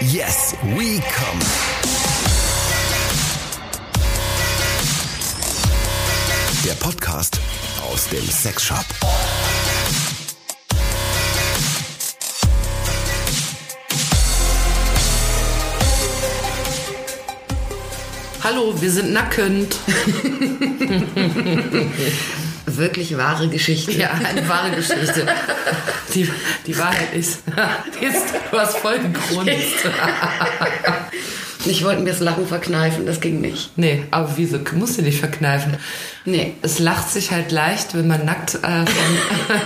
Yes, we come. Der Podcast aus dem Sexshop. Hallo, wir sind nackend. Wirklich wahre Geschichte. Ja, eine wahre Geschichte. Die, die Wahrheit ist, jetzt, du hast voll gegrunzt. Ich wollte mir das Lachen verkneifen, das ging nicht. Nee, aber wieso? Musst du nicht verkneifen. Nee. Es lacht sich halt leicht, wenn man nackt äh, vom,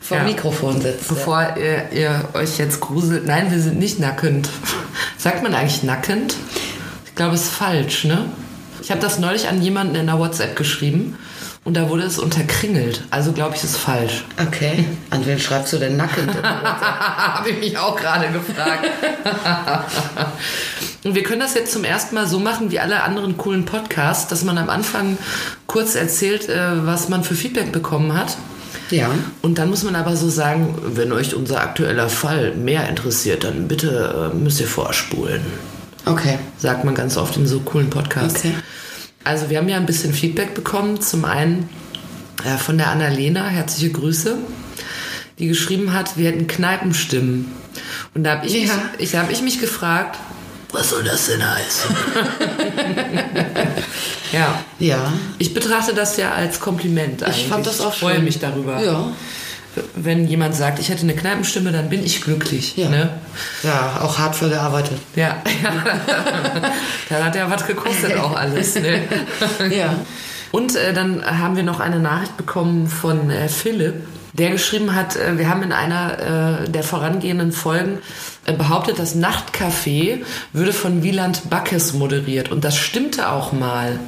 vom ja. Mikrofon sitzt. Bevor ja. ihr, ihr euch jetzt gruselt, nein, wir sind nicht nackend. Sagt man eigentlich nackend? Ich glaube, es ist falsch, ne? Ich habe das neulich an jemanden in der WhatsApp geschrieben und da wurde es unterkringelt. Also glaube ich, ist falsch. Okay. An wen schreibst du denn nackend? habe ich mich auch gerade gefragt. und wir können das jetzt zum ersten Mal so machen wie alle anderen coolen Podcasts, dass man am Anfang kurz erzählt, äh, was man für Feedback bekommen hat. Ja. Und dann muss man aber so sagen, wenn euch unser aktueller Fall mehr interessiert, dann bitte äh, müsst ihr vorspulen. Okay. Sagt man ganz oft in so coolen Podcasts. Okay. Also wir haben ja ein bisschen Feedback bekommen. Zum einen äh, von der Annalena, herzliche Grüße, die geschrieben hat, wir hätten Kneipenstimmen. Und da habe ich, ja. ich, da hab ich mich gefragt, was soll das denn heißen? ja. Ja. Ich betrachte das ja als Kompliment eigentlich. Ich fand das auch Ich freue schön. mich darüber. Ja wenn jemand sagt, ich hätte eine Kneipenstimme, dann bin ich glücklich. Ja, ne? ja auch hart für gearbeitet. Ja, ja. dann hat ja was gekostet auch alles. Ne? ja. Und äh, dann haben wir noch eine Nachricht bekommen von äh, Philipp, der geschrieben hat, äh, wir haben in einer äh, der vorangehenden Folgen äh, behauptet, das Nachtcafé würde von Wieland Backes moderiert. Und das stimmte auch mal.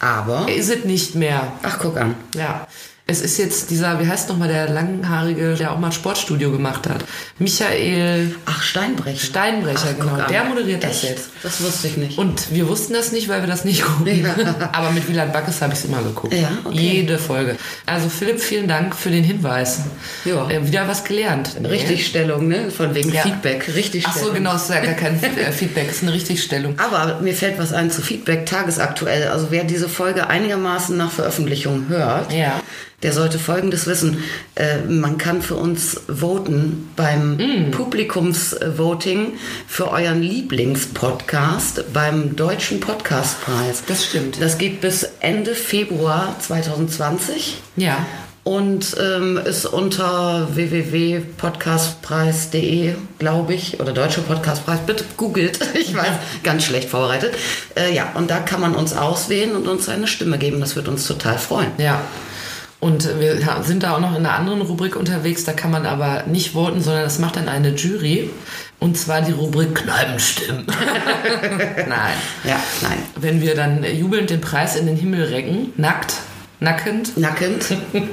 Aber? Er ist es nicht mehr. Ach, guck an. Ja. Es ist jetzt dieser, wie heißt nochmal der langhaarige, der auch mal Sportstudio gemacht hat? Michael. Ach, Steinbrecher. Steinbrecher, Ach, genau. guck an. Der moderiert das Echt? jetzt. Das wusste ich nicht. Und wir wussten das nicht, weil wir das nicht gucken. Ja. Aber mit Wieland Backes habe ich es immer geguckt. Ja, okay. Jede Folge. Also Philipp, vielen Dank für den Hinweis. Ja. Äh, wieder was gelernt. Richtigstellung, ne? Von wegen Ja. Feedback. Richtigstellung. Ach so, genau, es ist ja gar kein äh, Feedback, es ist eine Richtigstellung. Aber mir fällt was ein zu Feedback tagesaktuell. Also wer diese Folge einigermaßen nach Veröffentlichung hört, Ja. der sollte Folgendes wissen. Äh, man kann für uns voten beim Publikumsvoting für euren Lieblingspodcast beim Deutschen Podcastpreis. Das stimmt. Das geht bis Ende Februar 2020 Ja. und ähm, ist unter www.podcastpreis.de, glaube ich, oder Deutscher Podcastpreis. Bitte googelt. Ich weiß, ganz schlecht vorbereitet. Äh, ja, und da kann man uns auswählen und uns eine Stimme geben. Das wird uns total freuen. Ja. Und äh, wir ha- sind da auch noch in einer anderen Rubrik unterwegs, da kann man aber nicht voten, sondern das macht dann eine Jury. Und zwar die Rubrik Kneipenstimmen. Nein. Ja, nein. Wenn wir dann äh, jubelnd den Preis in den Himmel recken, nackt, nackend, Nackend.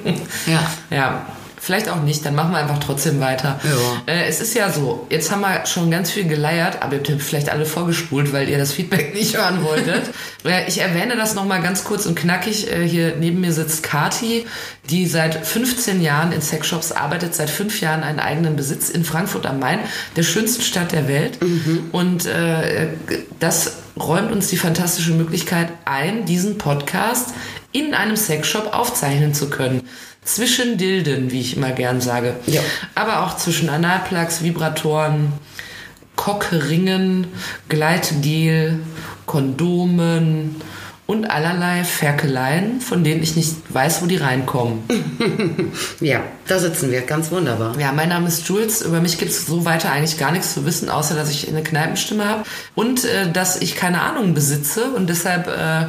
ja. ja, vielleicht auch nicht, dann machen wir einfach trotzdem weiter. Ja. Äh, es ist ja so, jetzt haben wir schon ganz viel geleiert, aber ihr habt ja vielleicht alle vorgespult, weil ihr das Feedback nicht hören wolltet. äh, ich erwähne das nochmal ganz kurz und knackig. Äh, hier neben mir sitzt Kati, die seit 15 Jahren in Sexshops arbeitet, seit fünf Jahren einen eigenen Besitz in Frankfurt am Main, der schönsten Stadt der Welt. Und äh, das räumt uns die fantastische Möglichkeit ein, diesen Podcast in einem Sexshop aufzeichnen zu können. Zwischen Dilden, wie ich immer gern sage. Ja. Aber auch zwischen Analplugs, Vibratoren, Kockringen, Gleitgel, Kondomen und allerlei Ferkeleien, von denen ich nicht weiß, wo die reinkommen. ja, da sitzen wir. Ganz wunderbar. Ja, mein Name ist Jules. Über mich gibt es so weiter eigentlich gar nichts zu wissen, außer dass ich eine Kneipenstimme habe und äh, dass ich keine Ahnung besitze. Und deshalb äh,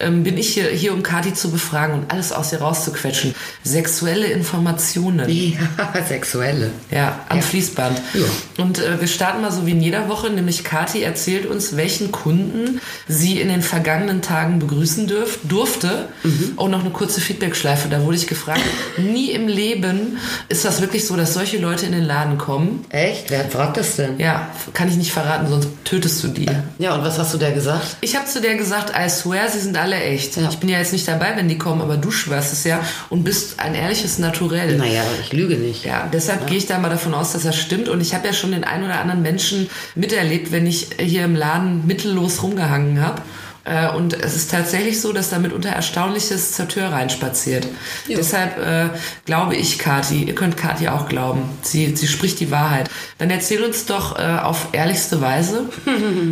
ähm, bin ich hier, hier, um Kati zu befragen und alles aus ihr rauszuquetschen. Sexuelle Informationen. Ja, sexuelle. Ja, am Fließband. Ja. Und äh, wir starten mal so wie in jeder Woche, nämlich Kati erzählt uns, welchen Kunden sie in den vergangenen Tagen begrüßen dürf, durfte. Mhm. Und noch eine kurze Feedbackschleife, da wurde ich gefragt, nie im Leben ist das wirklich so, dass solche Leute in den Laden kommen. Echt? Wer fragt das denn? Ja, kann ich nicht verraten, sonst tötest du die. Ja, und was hast du da gesagt? Ich habe zu der gesagt, I swear, sie sind alle alle echt. Ja. Ich bin ja jetzt nicht dabei, wenn die kommen, aber du schwörst es ja und bist ein ehrliches Naturell. Naja, ich lüge nicht. Ja, deshalb gehe ich da mal davon aus, dass das stimmt. Und ich habe ja schon den einen oder anderen Menschen miterlebt, wenn ich hier im Laden mittellos rumgehangen habe. Äh, Und es ist tatsächlich so, dass da mitunter Erstaunliches zur Tür reinspaziert. Ja. Deshalb äh, glaube ich Kathi, ihr könnt Kathi auch glauben. Sie, sie spricht die Wahrheit. Dann erzähl uns doch äh, auf ehrlichste Weise,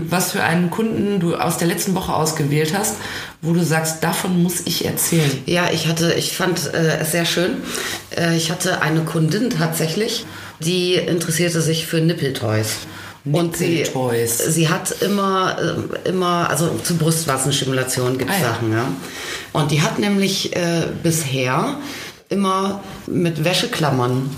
was für einen Kunden du aus der letzten Woche ausgewählt hast, wo du sagst, davon muss ich erzählen. Ja, ich hatte, ich fand äh, es sehr schön. Äh, ich hatte eine Kundin tatsächlich, die interessierte sich für Nippeltoys. Und sie, Nippeltoys. sie hat immer, äh, immer, also zu Brustwassenstimulation gibt es Ah ja. Sachen, ja. Und die hat nämlich äh, bisher immer mit Wäscheklammern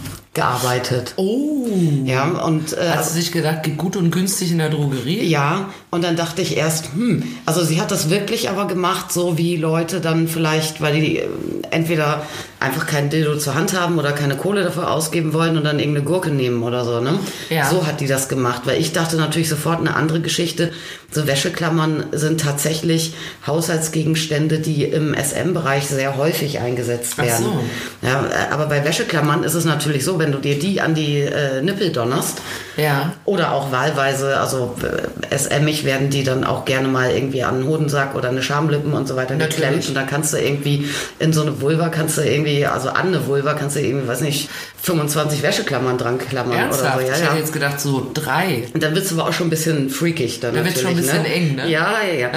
gearbeitet. Oh. Ja, und äh, Hat sie sich gedacht, geht gut und günstig in der Drogerie? ja, und dann dachte ich erst, hm, also sie hat das wirklich aber gemacht, so wie Leute dann vielleicht, weil die äh, entweder einfach kein Dildo zur Hand haben oder keine Kohle dafür ausgeben wollen und dann irgendeine Gurke nehmen oder so, ne? Ja. So hat die das gemacht, weil ich dachte natürlich sofort eine andere Geschichte. So Wäscheklammern sind tatsächlich Haushaltsgegenstände, die im SM-Bereich sehr häufig eingesetzt Ach werden. Ja, äh, aber bei Wäscheklammern ist es natürlich so, wenn du dir die an die äh, Nippel donnerst, Ja. oder auch wahlweise, also äh, SM-ig werden die dann auch gerne mal irgendwie an einen Hodensack oder eine Schamlippen und so weiter Natürlich. geklemmt. Und dann kannst du irgendwie in so eine Vulva, kannst du irgendwie, also an eine Vulva, kannst du irgendwie, weiß nicht, 25 Wäscheklammern dran klammern Ernsthaft? oder ich so. Ja, hätte ja. jetzt gedacht, so drei. Und dann wird's aber auch schon ein bisschen freakig. Dann, Dann wird's schon ein natürlich, bisschen eng, ne? Ja, ja, ja. Äh, Und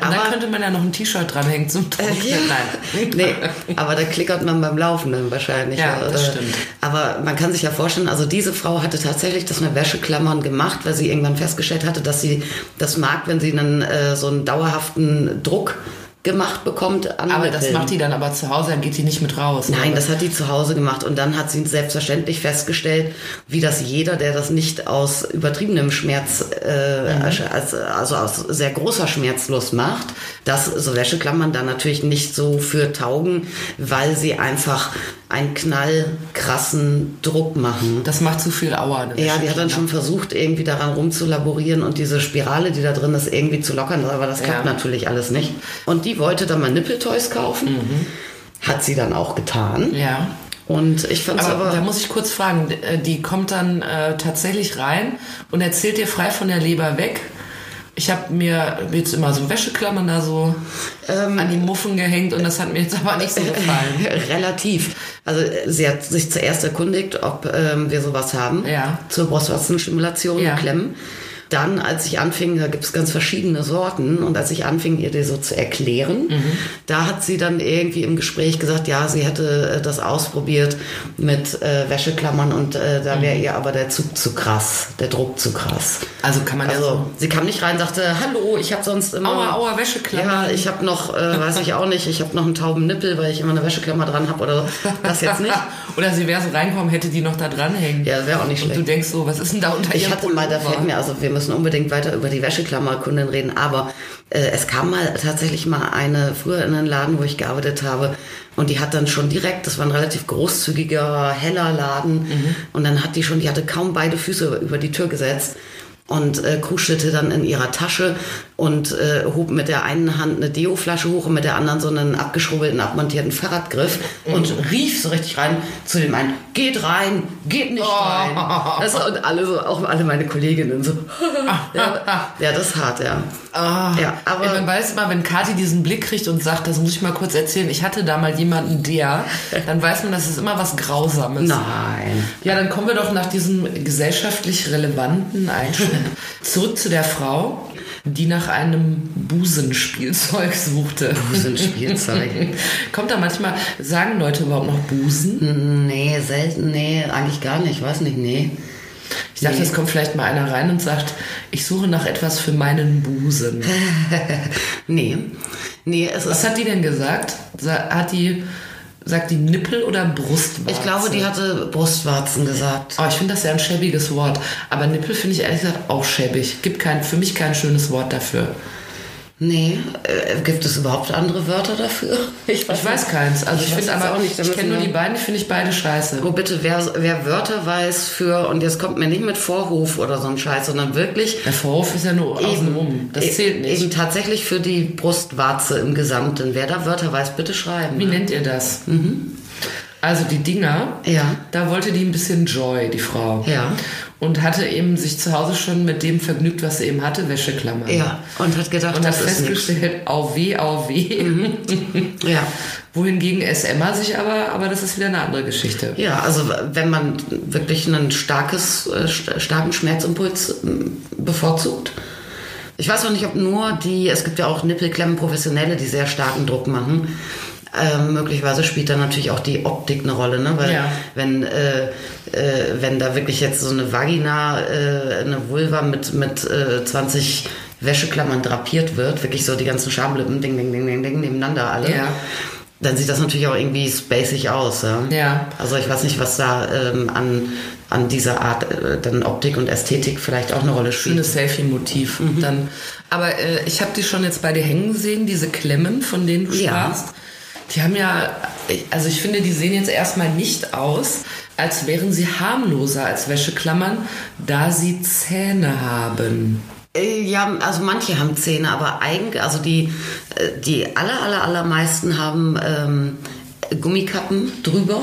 da aber, Äh, könnte man ja noch ein T-Shirt dranhängen zum Trocknen. ja. Nein. nee, aber da klickert man beim Laufen dann wahrscheinlich. Ja, das Oder- stimmt. Aber man kann sich ja vorstellen, also diese Frau hatte tatsächlich das mit Wäscheklammern gemacht, weil sie irgendwann festgestellt hatte, dass sie das mag, wenn sie einen äh, so einen dauerhaften Druck gemacht bekommt. An Aber den das Pillen. macht die dann aber zu Hause, dann geht die nicht mit raus. Nein, das hat die zu Hause gemacht und dann hat sie selbstverständlich festgestellt, wie das jeder, der das nicht aus übertriebenem Schmerz, äh, als, also aus sehr großer Schmerzlust macht, dass so Wäscheklammern dann natürlich nicht so für taugen, weil sie einfach einen knallkrassen Druck machen. Das macht zu viel Aua. eine Ja, die hat Wäscheklammer. dann schon versucht, irgendwie daran rumzulaborieren und diese Spirale, die da drin ist, irgendwie zu lockern, aber das klappt Ja. natürlich alles nicht. Und die wollte dann mal Nippeltoys kaufen. Hat sie dann auch getan. ne? Ja. Und ich fand's Aber, aber. da muss ich kurz fragen, äh, die kommt dann äh, tatsächlich rein und erzählt dir frei von der Leber weg. Ich habe mir jetzt immer so Wäscheklammern da so Ähm, an die Muffen gehängt und das hat mir jetzt aber nicht so gefallen. Relativ. Also äh, sie hat sich zuerst erkundigt, ob ähm, wir sowas haben Ja. zur Brustwassenstimulation, Ja. Klemmen. Dann, als ich anfing, da gibt's ganz verschiedene Sorten, und als ich anfing, ihr die so zu erklären, Mhm. da hat sie dann irgendwie im Gespräch gesagt, ja, sie hätte äh, das ausprobiert mit äh, Wäscheklammern und äh, Mhm. da wäre ihr aber der Zug zu krass, der Druck zu krass. Also kann man ja so. Also sie kam nicht rein und sagte, hallo, ich habe sonst immer... Aua, aua, Wäscheklammer. Ja, ich habe noch, äh, weiß ich auch nicht, ich habe noch einen tauben Nippel, weil ich immer eine Wäscheklammer dran habe oder so. Das jetzt nicht. Oder sie wäre so reinkommen, hätte die noch da dranhängen. Ja, wäre auch nicht Und du schlecht. denkst so, was ist denn da unter Ich ihrem hatte mal, da Pullover? fällt mir, also wir müssen unbedingt weiter über die Wäscheklammerkunden reden, aber äh, es kam mal tatsächlich mal eine früher in einen Laden, wo ich gearbeitet habe und die hat dann schon direkt, das war ein relativ großzügiger, heller Laden und dann hat die schon, die hatte kaum beide Füße über die Tür gesetzt und äh, kruschelte dann in ihrer Tasche und äh, hob mit der einen Hand eine Deo-Flasche hoch und mit der anderen so einen abgeschrubbelten, abmontierten Fahrradgriff und rief so richtig rein zu dem einen, geht rein, geht nicht rein. Das, Also, und alle so, auch alle meine Kolleginnen so. ja, ja, das ist hart, ja. ja, Ey, man aber weiß immer, wenn Kathi diesen Blick kriegt und sagt, das muss ich mal kurz erzählen, ich hatte da mal jemanden, der, dann weiß man, das ist immer was Grausames. nein. Ja, dann kommen wir doch nach diesem gesellschaftlich relevanten Einschnitt zurück zu der Frau, die nach einem Busenspielzeug suchte. Busenspielzeug. Kommt da manchmal, sagen Leute überhaupt noch Busen? Nee, selten, nee, eigentlich gar nicht, weiß nicht, nee. Ich dachte, Nee. es kommt vielleicht mal einer rein und sagt, ich suche nach etwas für meinen Busen. Nee. Nee, es ist Was hat die denn gesagt? Sa- Hat die, sagt die Nippel oder Brustwarze? Ich glaube, die hatte Brustwarzen gesagt. Oh, ich finde das ja ein schäbiges Wort. Aber Nippel finde ich ehrlich gesagt auch schäbig. Gibt kein, für mich kein schönes Wort dafür. Nee, äh, gibt es überhaupt andere Wörter dafür? Ich weiß keins. Also ich, weiß finde jetzt aber, auch nicht, da ich müssen kenne nur wir- die beiden, die finde ich beide scheiße. Oh bitte, wer, wer Wörter weiß für, und jetzt kommt mir nicht mit Vorhof oder so ein Scheiß, sondern wirklich Der Vorwurf ist ja nur außenrum. Das e- zählt nicht. Eben tatsächlich für die Brustwarze im Gesamten. Wer da Wörter weiß, bitte schreiben. ne? Wie nennt ihr das? Also die Dinger, Ja. da wollte die ein bisschen Joy, die Frau. Ja. Und hatte eben sich zu Hause schon mit dem vergnügt, was sie eben hatte, Wäscheklammern. Ja, und hat gedacht, Und hat das ist Mhm. nichts. festgestellt, au weh, au weh. Ja. Wohingegen es Emma sich aber, aber das ist wieder eine andere Geschichte. ja, also wenn man wirklich einen starkes, äh, st- starken Schmerzimpuls ähm, bevorzugt. Ich weiß auch nicht, ob nur die, es gibt ja auch Nippelklemmen Professionelle, die sehr starken Druck machen. Ähm, möglicherweise spielt da natürlich auch die Optik eine Rolle, ne? Weil Ja. wenn, äh, äh, wenn da wirklich jetzt so eine Vagina, äh, eine Vulva mit, mit äh, 20 Wäscheklammern drapiert wird, wirklich so die ganzen Schamlippen, ding, ding, ding, ding, ding, nebeneinander alle, Ja. dann sieht das natürlich auch irgendwie spacig aus. Ja? Ja. Also ich weiß nicht, was da ähm, an, an dieser Art äh, dann Optik und Ästhetik vielleicht auch eine Rolle spielt. Schönes Selfie-Motiv. Mhm. Dann, aber äh, ich habe die schon jetzt bei dir hängen sehen, diese Klemmen, von denen du Ja. sprachst. Die haben ja, also ich finde, die sehen jetzt erstmal nicht aus, als wären sie harmloser als Wäscheklammern, da sie Zähne haben. Äh, Ja, also manche haben Zähne, aber eigentlich, also die, äh, die aller, aller, allermeisten haben ähm, Gummikappen drüber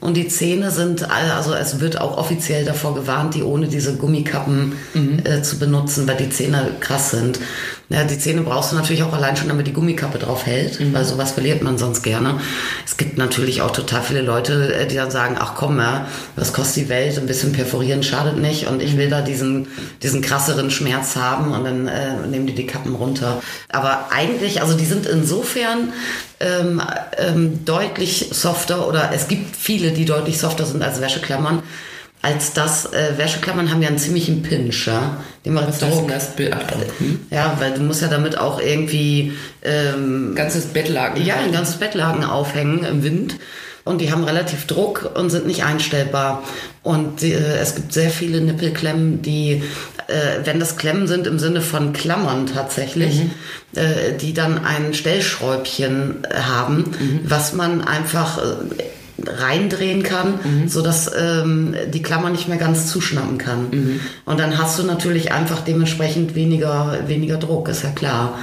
und die Zähne sind, all- also es wird auch offiziell davor gewarnt, die ohne diese Gummikappen äh, zu benutzen, weil die Zähne krass sind. Ja, die Zähne brauchst du natürlich auch allein schon, damit die Gummikappe drauf hält, Mhm. weil sowas verliert man sonst gerne. Es gibt natürlich auch total viele Leute, äh, die dann sagen, ach komm, ja, was kostet die Welt, ein bisschen perforieren schadet nicht und Mhm. ich will da diesen, diesen krasseren Schmerz haben und dann äh, nehmen die die Kappen runter. Aber eigentlich, also die sind insofern ähm, ähm, deutlich softer oder es gibt viele, die deutlich softer sind als Wäscheklammern, als das, äh, Wäscheklammern haben ja einen ziemlichen Pinch, ja? Den macht Das ist Druck. hm. das Bild. Achtung. Ja, weil du musst ja damit auch irgendwie ähm, hm. Ganzes Bettlaken. ja, ein ganzes Bettlaken aufhängen im Wind. Und die haben relativ Druck und sind nicht einstellbar. Und äh, es gibt sehr viele Nippelklemmen, die, äh, wenn das Klemmen sind im Sinne von Klammern tatsächlich, äh, die dann ein Stellschräubchen äh, haben, was man einfach äh, reindrehen kann, sodass ähm, die Klammer nicht mehr ganz zuschnappen kann. Und dann hast du natürlich einfach dementsprechend weniger, weniger Druck, ist ja klar.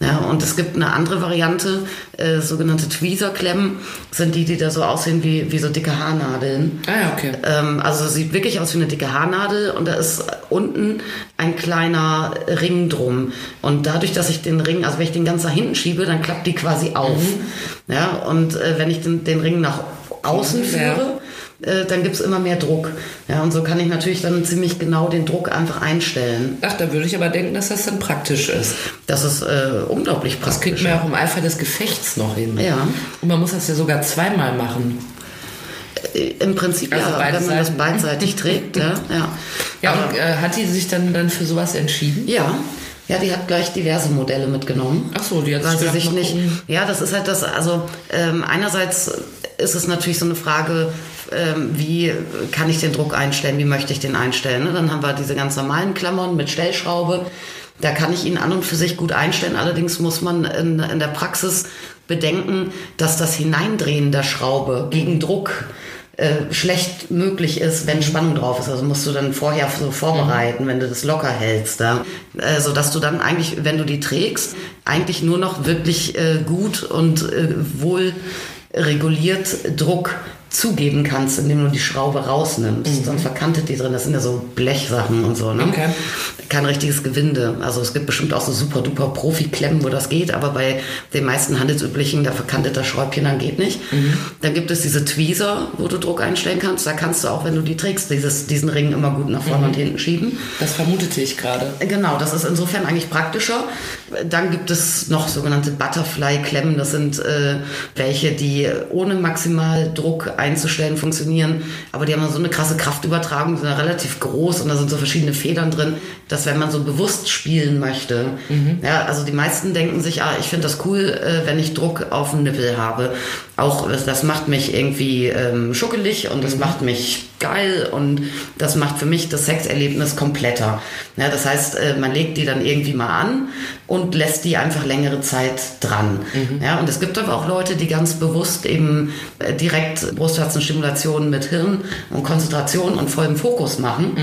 Ja, und es gibt eine andere Variante, äh, sogenannte Tweezerklemmen, sind die, die da so aussehen wie, wie so dicke Haarnadeln. Ah ja, okay. Ähm, also sieht wirklich aus wie eine dicke Haarnadel und da ist unten ein kleiner Ring drum. Und dadurch, dass ich den Ring, also wenn ich den ganz nach hinten schiebe, dann klappt die quasi auf. Ja, und äh, wenn ich den, den Ring nach außen Mhm. Ja. führe, äh, dann gibt's immer mehr Druck. Ja, und so kann ich natürlich dann ziemlich genau den Druck einfach einstellen. Ach, da würde ich aber denken, dass das dann praktisch ist. Das ist äh, unglaublich Das kriegt praktisch. man ja auch im Eifer des Gefechts noch hin. Ja. Und man muss das ja sogar zweimal machen. Im Prinzip Also ja, wenn beide man das Seiten. beidseitig trägt. ja, ja. Ja, Aber- und äh, hat die sich dann, dann für sowas entschieden? ja. Ja, die hat gleich diverse Modelle mitgenommen. Ach so, die hat weil sich sie gedacht, sich mal nicht. gucken. Ja, das ist halt das. Also ähm, einerseits ist es natürlich so eine Frage, ähm, wie kann ich den Druck einstellen, wie möchte ich den einstellen. Ne? Dann haben wir diese ganz normalen Klammern mit Stellschraube. Da kann ich ihn an und für sich gut einstellen. Allerdings muss man in, in der Praxis bedenken, dass das Hineindrehen der Schraube gegen Druck äh, schlecht möglich ist, wenn Spannung drauf ist. Also musst du dann vorher so vorbereiten, wenn du das locker hältst, da, äh, so dass du dann eigentlich, wenn du die trägst, eigentlich nur noch wirklich äh, gut und äh, wohl reguliert Druck zugeben kannst, indem du die Schraube rausnimmst. Dann verkantet die drin. Das sind ja so Blechsachen und so. Ne? Okay. Kein richtiges Gewinde. Also es gibt bestimmt auch so super duper Profi-Klemmen, wo das geht, aber bei den meisten handelsüblichen, da verkantet das Schräubchen dann geht nicht. Dann gibt es diese Tweezer, wo du Druck einstellen kannst. Da kannst du auch, wenn du die trägst, dieses, diesen Ring immer gut nach vorne und hinten schieben. Das vermutete ich gerade. Genau, das ist insofern eigentlich praktischer. Dann gibt es noch sogenannte Butterfly-Klemmen. Das sind äh, welche, die ohne maximal Druck einzustellen funktionieren. Aber die haben dann so eine krasse Kraftübertragung, sind ja relativ groß und da sind so verschiedene Federn drin, dass wenn man so bewusst spielen möchte, ja, also die meisten denken sich, ah, ich finde das cool, äh, wenn ich Druck auf den Nippel habe. auch das macht mich irgendwie ähm, schuckelig und das macht mich geil und das macht für mich das Sexerlebnis kompletter. Ja, das heißt, äh, man legt die dann irgendwie mal an und lässt die einfach längere Zeit dran. Ja, und es gibt aber auch Leute, die ganz bewusst eben äh, direkt Brustwarzenstimulation mit Hirn und Konzentration und vollem Fokus machen.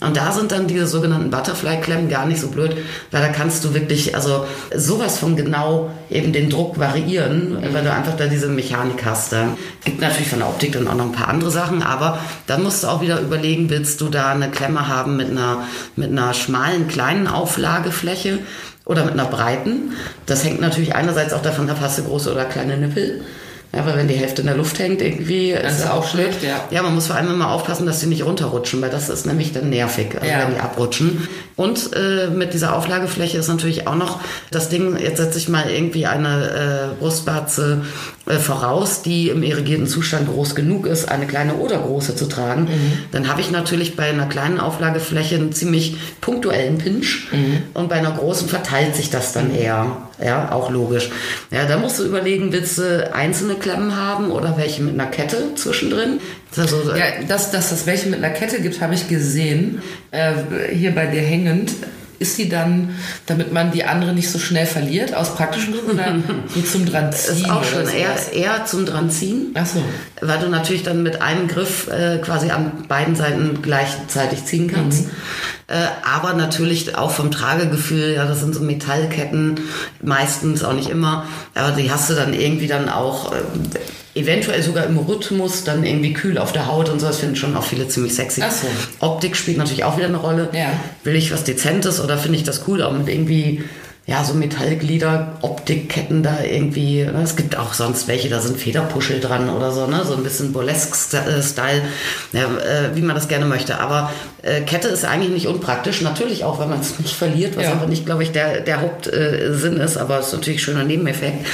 Und da sind dann diese sogenannten Butterfly-Klemmen gar nicht so blöd, weil da kannst du wirklich also sowas von genau eben den Druck variieren, Mhm. weil du einfach da diese Mechanik hast. Da gibt natürlich von der Optik dann auch noch ein paar andere Sachen, aber dann musst du auch wieder überlegen, willst du da eine Klemme haben mit einer, mit einer schmalen, kleinen Auflagefläche oder mit einer breiten? Das hängt natürlich einerseits auch davon ab, hast du große oder kleine Nippel. Ja, weil wenn die Hälfte in der Luft hängt, irgendwie Das ist ist ja auch auch schlecht. schlecht, ja. ja, man muss vor allem immer aufpassen, dass die nicht runterrutschen, weil das ist nämlich dann nervig, also Ja. wenn die abrutschen. Und äh, mit dieser Auflagefläche ist natürlich auch noch das Ding, jetzt setze ich mal irgendwie eine äh, Brustwarze äh, voraus, die im irrigierten Zustand groß genug ist, eine kleine oder große zu tragen. Mhm. Dann habe ich natürlich bei einer kleinen Auflagefläche einen ziemlich punktuellen Pinch Mhm. und bei einer großen verteilt sich das dann eher. Ja, auch logisch. Ja, da musst du überlegen, willst du einzelne Klemmen haben oder welche mit einer Kette zwischendrin? Das ist also, Ja, dass, dass das welche mit einer Kette gibt, habe ich gesehen. Äh, hier bei dir hängend. Ist die dann, damit man die andere nicht so schnell verliert, aus praktischen Gründen oder so zum dran ziehen? ist auch oder schon eher, sowas? eher zum Dranziehen. Ach so. Weil du natürlich dann mit einem Griff äh, quasi an beiden Seiten gleichzeitig ziehen Mhm. kannst. Äh, aber natürlich auch vom Tragegefühl, ja, das sind so Metallketten, meistens auch nicht immer, aber die hast du dann irgendwie dann auch äh, eventuell sogar im Rhythmus dann irgendwie kühl auf der Haut und so. Das finden schon auch viele ziemlich sexy. Ach so. Optik spielt natürlich auch wieder eine Rolle. Ja. Will ich was Dezentes oder finde ich das cool, auch mit irgendwie, ja, so Metallglieder, Optikketten da irgendwie. ne? Es gibt auch sonst welche, da sind Federpuschel dran oder so, ne? So ein bisschen Burlesque-Style, ja, äh, wie man das gerne möchte. Aber äh, Kette ist eigentlich nicht unpraktisch. Natürlich auch, wenn man es nicht verliert, was Ja. aber nicht, glaube ich, der, der Hauptsinn äh, Sinn ist, aber es ist natürlich ein schöner Nebeneffekt.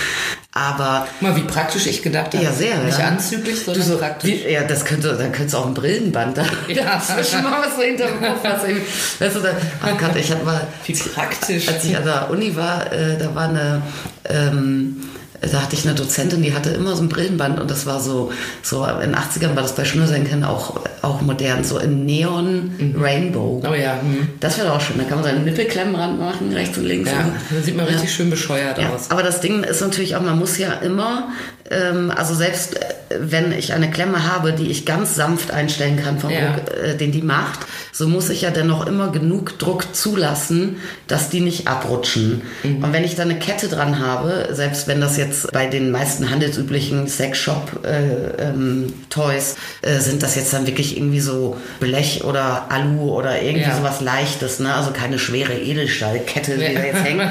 Aber Mal, wie praktisch ich gedacht habe. ja, sehr. Nicht ja. anzüglich, Du sondern so, praktisch. Wie, ja, das könnte, dann könntest du auch ein Brillenband da Ja. dazwischen machen, was du hinterm Kopf hast. eben. Weißt du, da, oh Gott, ich hatte mal, Wie praktisch. als ich an der Uni war, äh, da war eine, ähm, da hatte ich eine Dozentin, die hatte immer so ein Brillenband und das war so, so in den 80ern war das bei Schnürsenkeln auch, auch modern, so in Neon Rainbow. Oh ja, hm. Das wäre doch auch schön, da kann man seine Nippelklemmen ranmachen, rechts und links. ja. Dann sieht man Ja. richtig schön bescheuert Ja, aus. aber das Ding ist natürlich auch, man muss ja immer, ähm, also selbst äh, wenn ich eine Klemme habe, die ich ganz sanft einstellen kann vom Ja. Druck, äh, den die macht, so muss ich ja dennoch immer genug Druck zulassen, dass die nicht abrutschen. Mhm. Und wenn ich da eine Kette dran habe, selbst wenn das jetzt bei den meisten handelsüblichen Sexshop äh, ähm, Toys äh, sind das jetzt dann wirklich irgendwie so Blech oder Alu oder irgendwie Ja. sowas Leichtes, ne? Also keine schwere Edelstahlkette, die Ja. da jetzt hängt.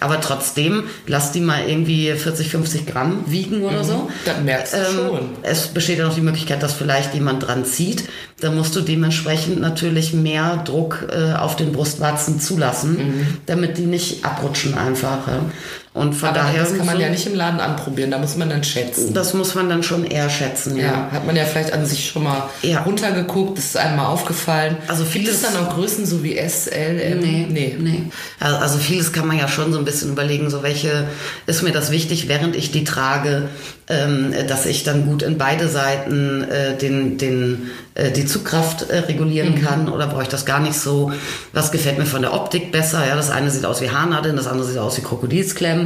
Aber trotzdem, lass die mal irgendwie 40, 50 Gramm wiegen oder so. Mhm. Ähm, Das merkst du schon. Es besteht ja noch die Möglichkeit, dass vielleicht jemand dran zieht. Dann musst du dementsprechend natürlich mehr Druck äh, auf den Brustwarzen zulassen, Mhm. damit die nicht abrutschen einfach. ja. Und von Aber daher das kann man so- ja nicht im Laden anprobieren, da muss man dann schätzen. Das muss man dann schon eher schätzen. Ja. Ja, hat man ja vielleicht an sich schon mal Ja. runtergeguckt, ist einem mal aufgefallen. Also Gibt es vieles- dann auch Größen so wie S, L, M? Nee, Ähm, nee. nee. Also, also vieles kann man ja schon so ein bisschen überlegen, so welche ist mir das wichtig, während ich die trage, ähm, dass ich dann gut in beide Seiten äh, den, den, äh, die Zugkraft äh, regulieren kann oder brauche ich das gar nicht so, was gefällt mir von der Optik besser, ja, das eine sieht aus wie Haarnadeln, das andere sieht aus wie Krokodilsklemmen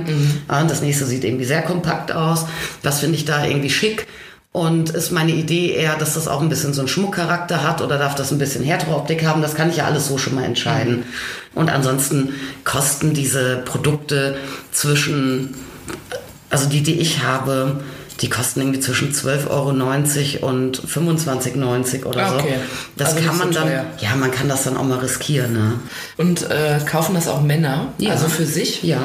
ja, und das nächste sieht irgendwie sehr kompakt aus, was finde ich da irgendwie schick. Und ist meine Idee eher, dass das auch ein bisschen so einen Schmuckcharakter hat oder darf das ein bisschen härtere Optik haben? Das kann ich ja alles so schon mal Mhm. entscheiden. Und ansonsten kosten diese Produkte zwischen, also die, die ich habe, die kosten irgendwie zwischen 12,90 Euro und 25,90 Euro oder Okay. so. Das Also kann nicht man so dann, teuer. ja, man kann das dann auch mal riskieren. Ne? Und äh, kaufen das auch Männer? Ja. Also für sich? Ja.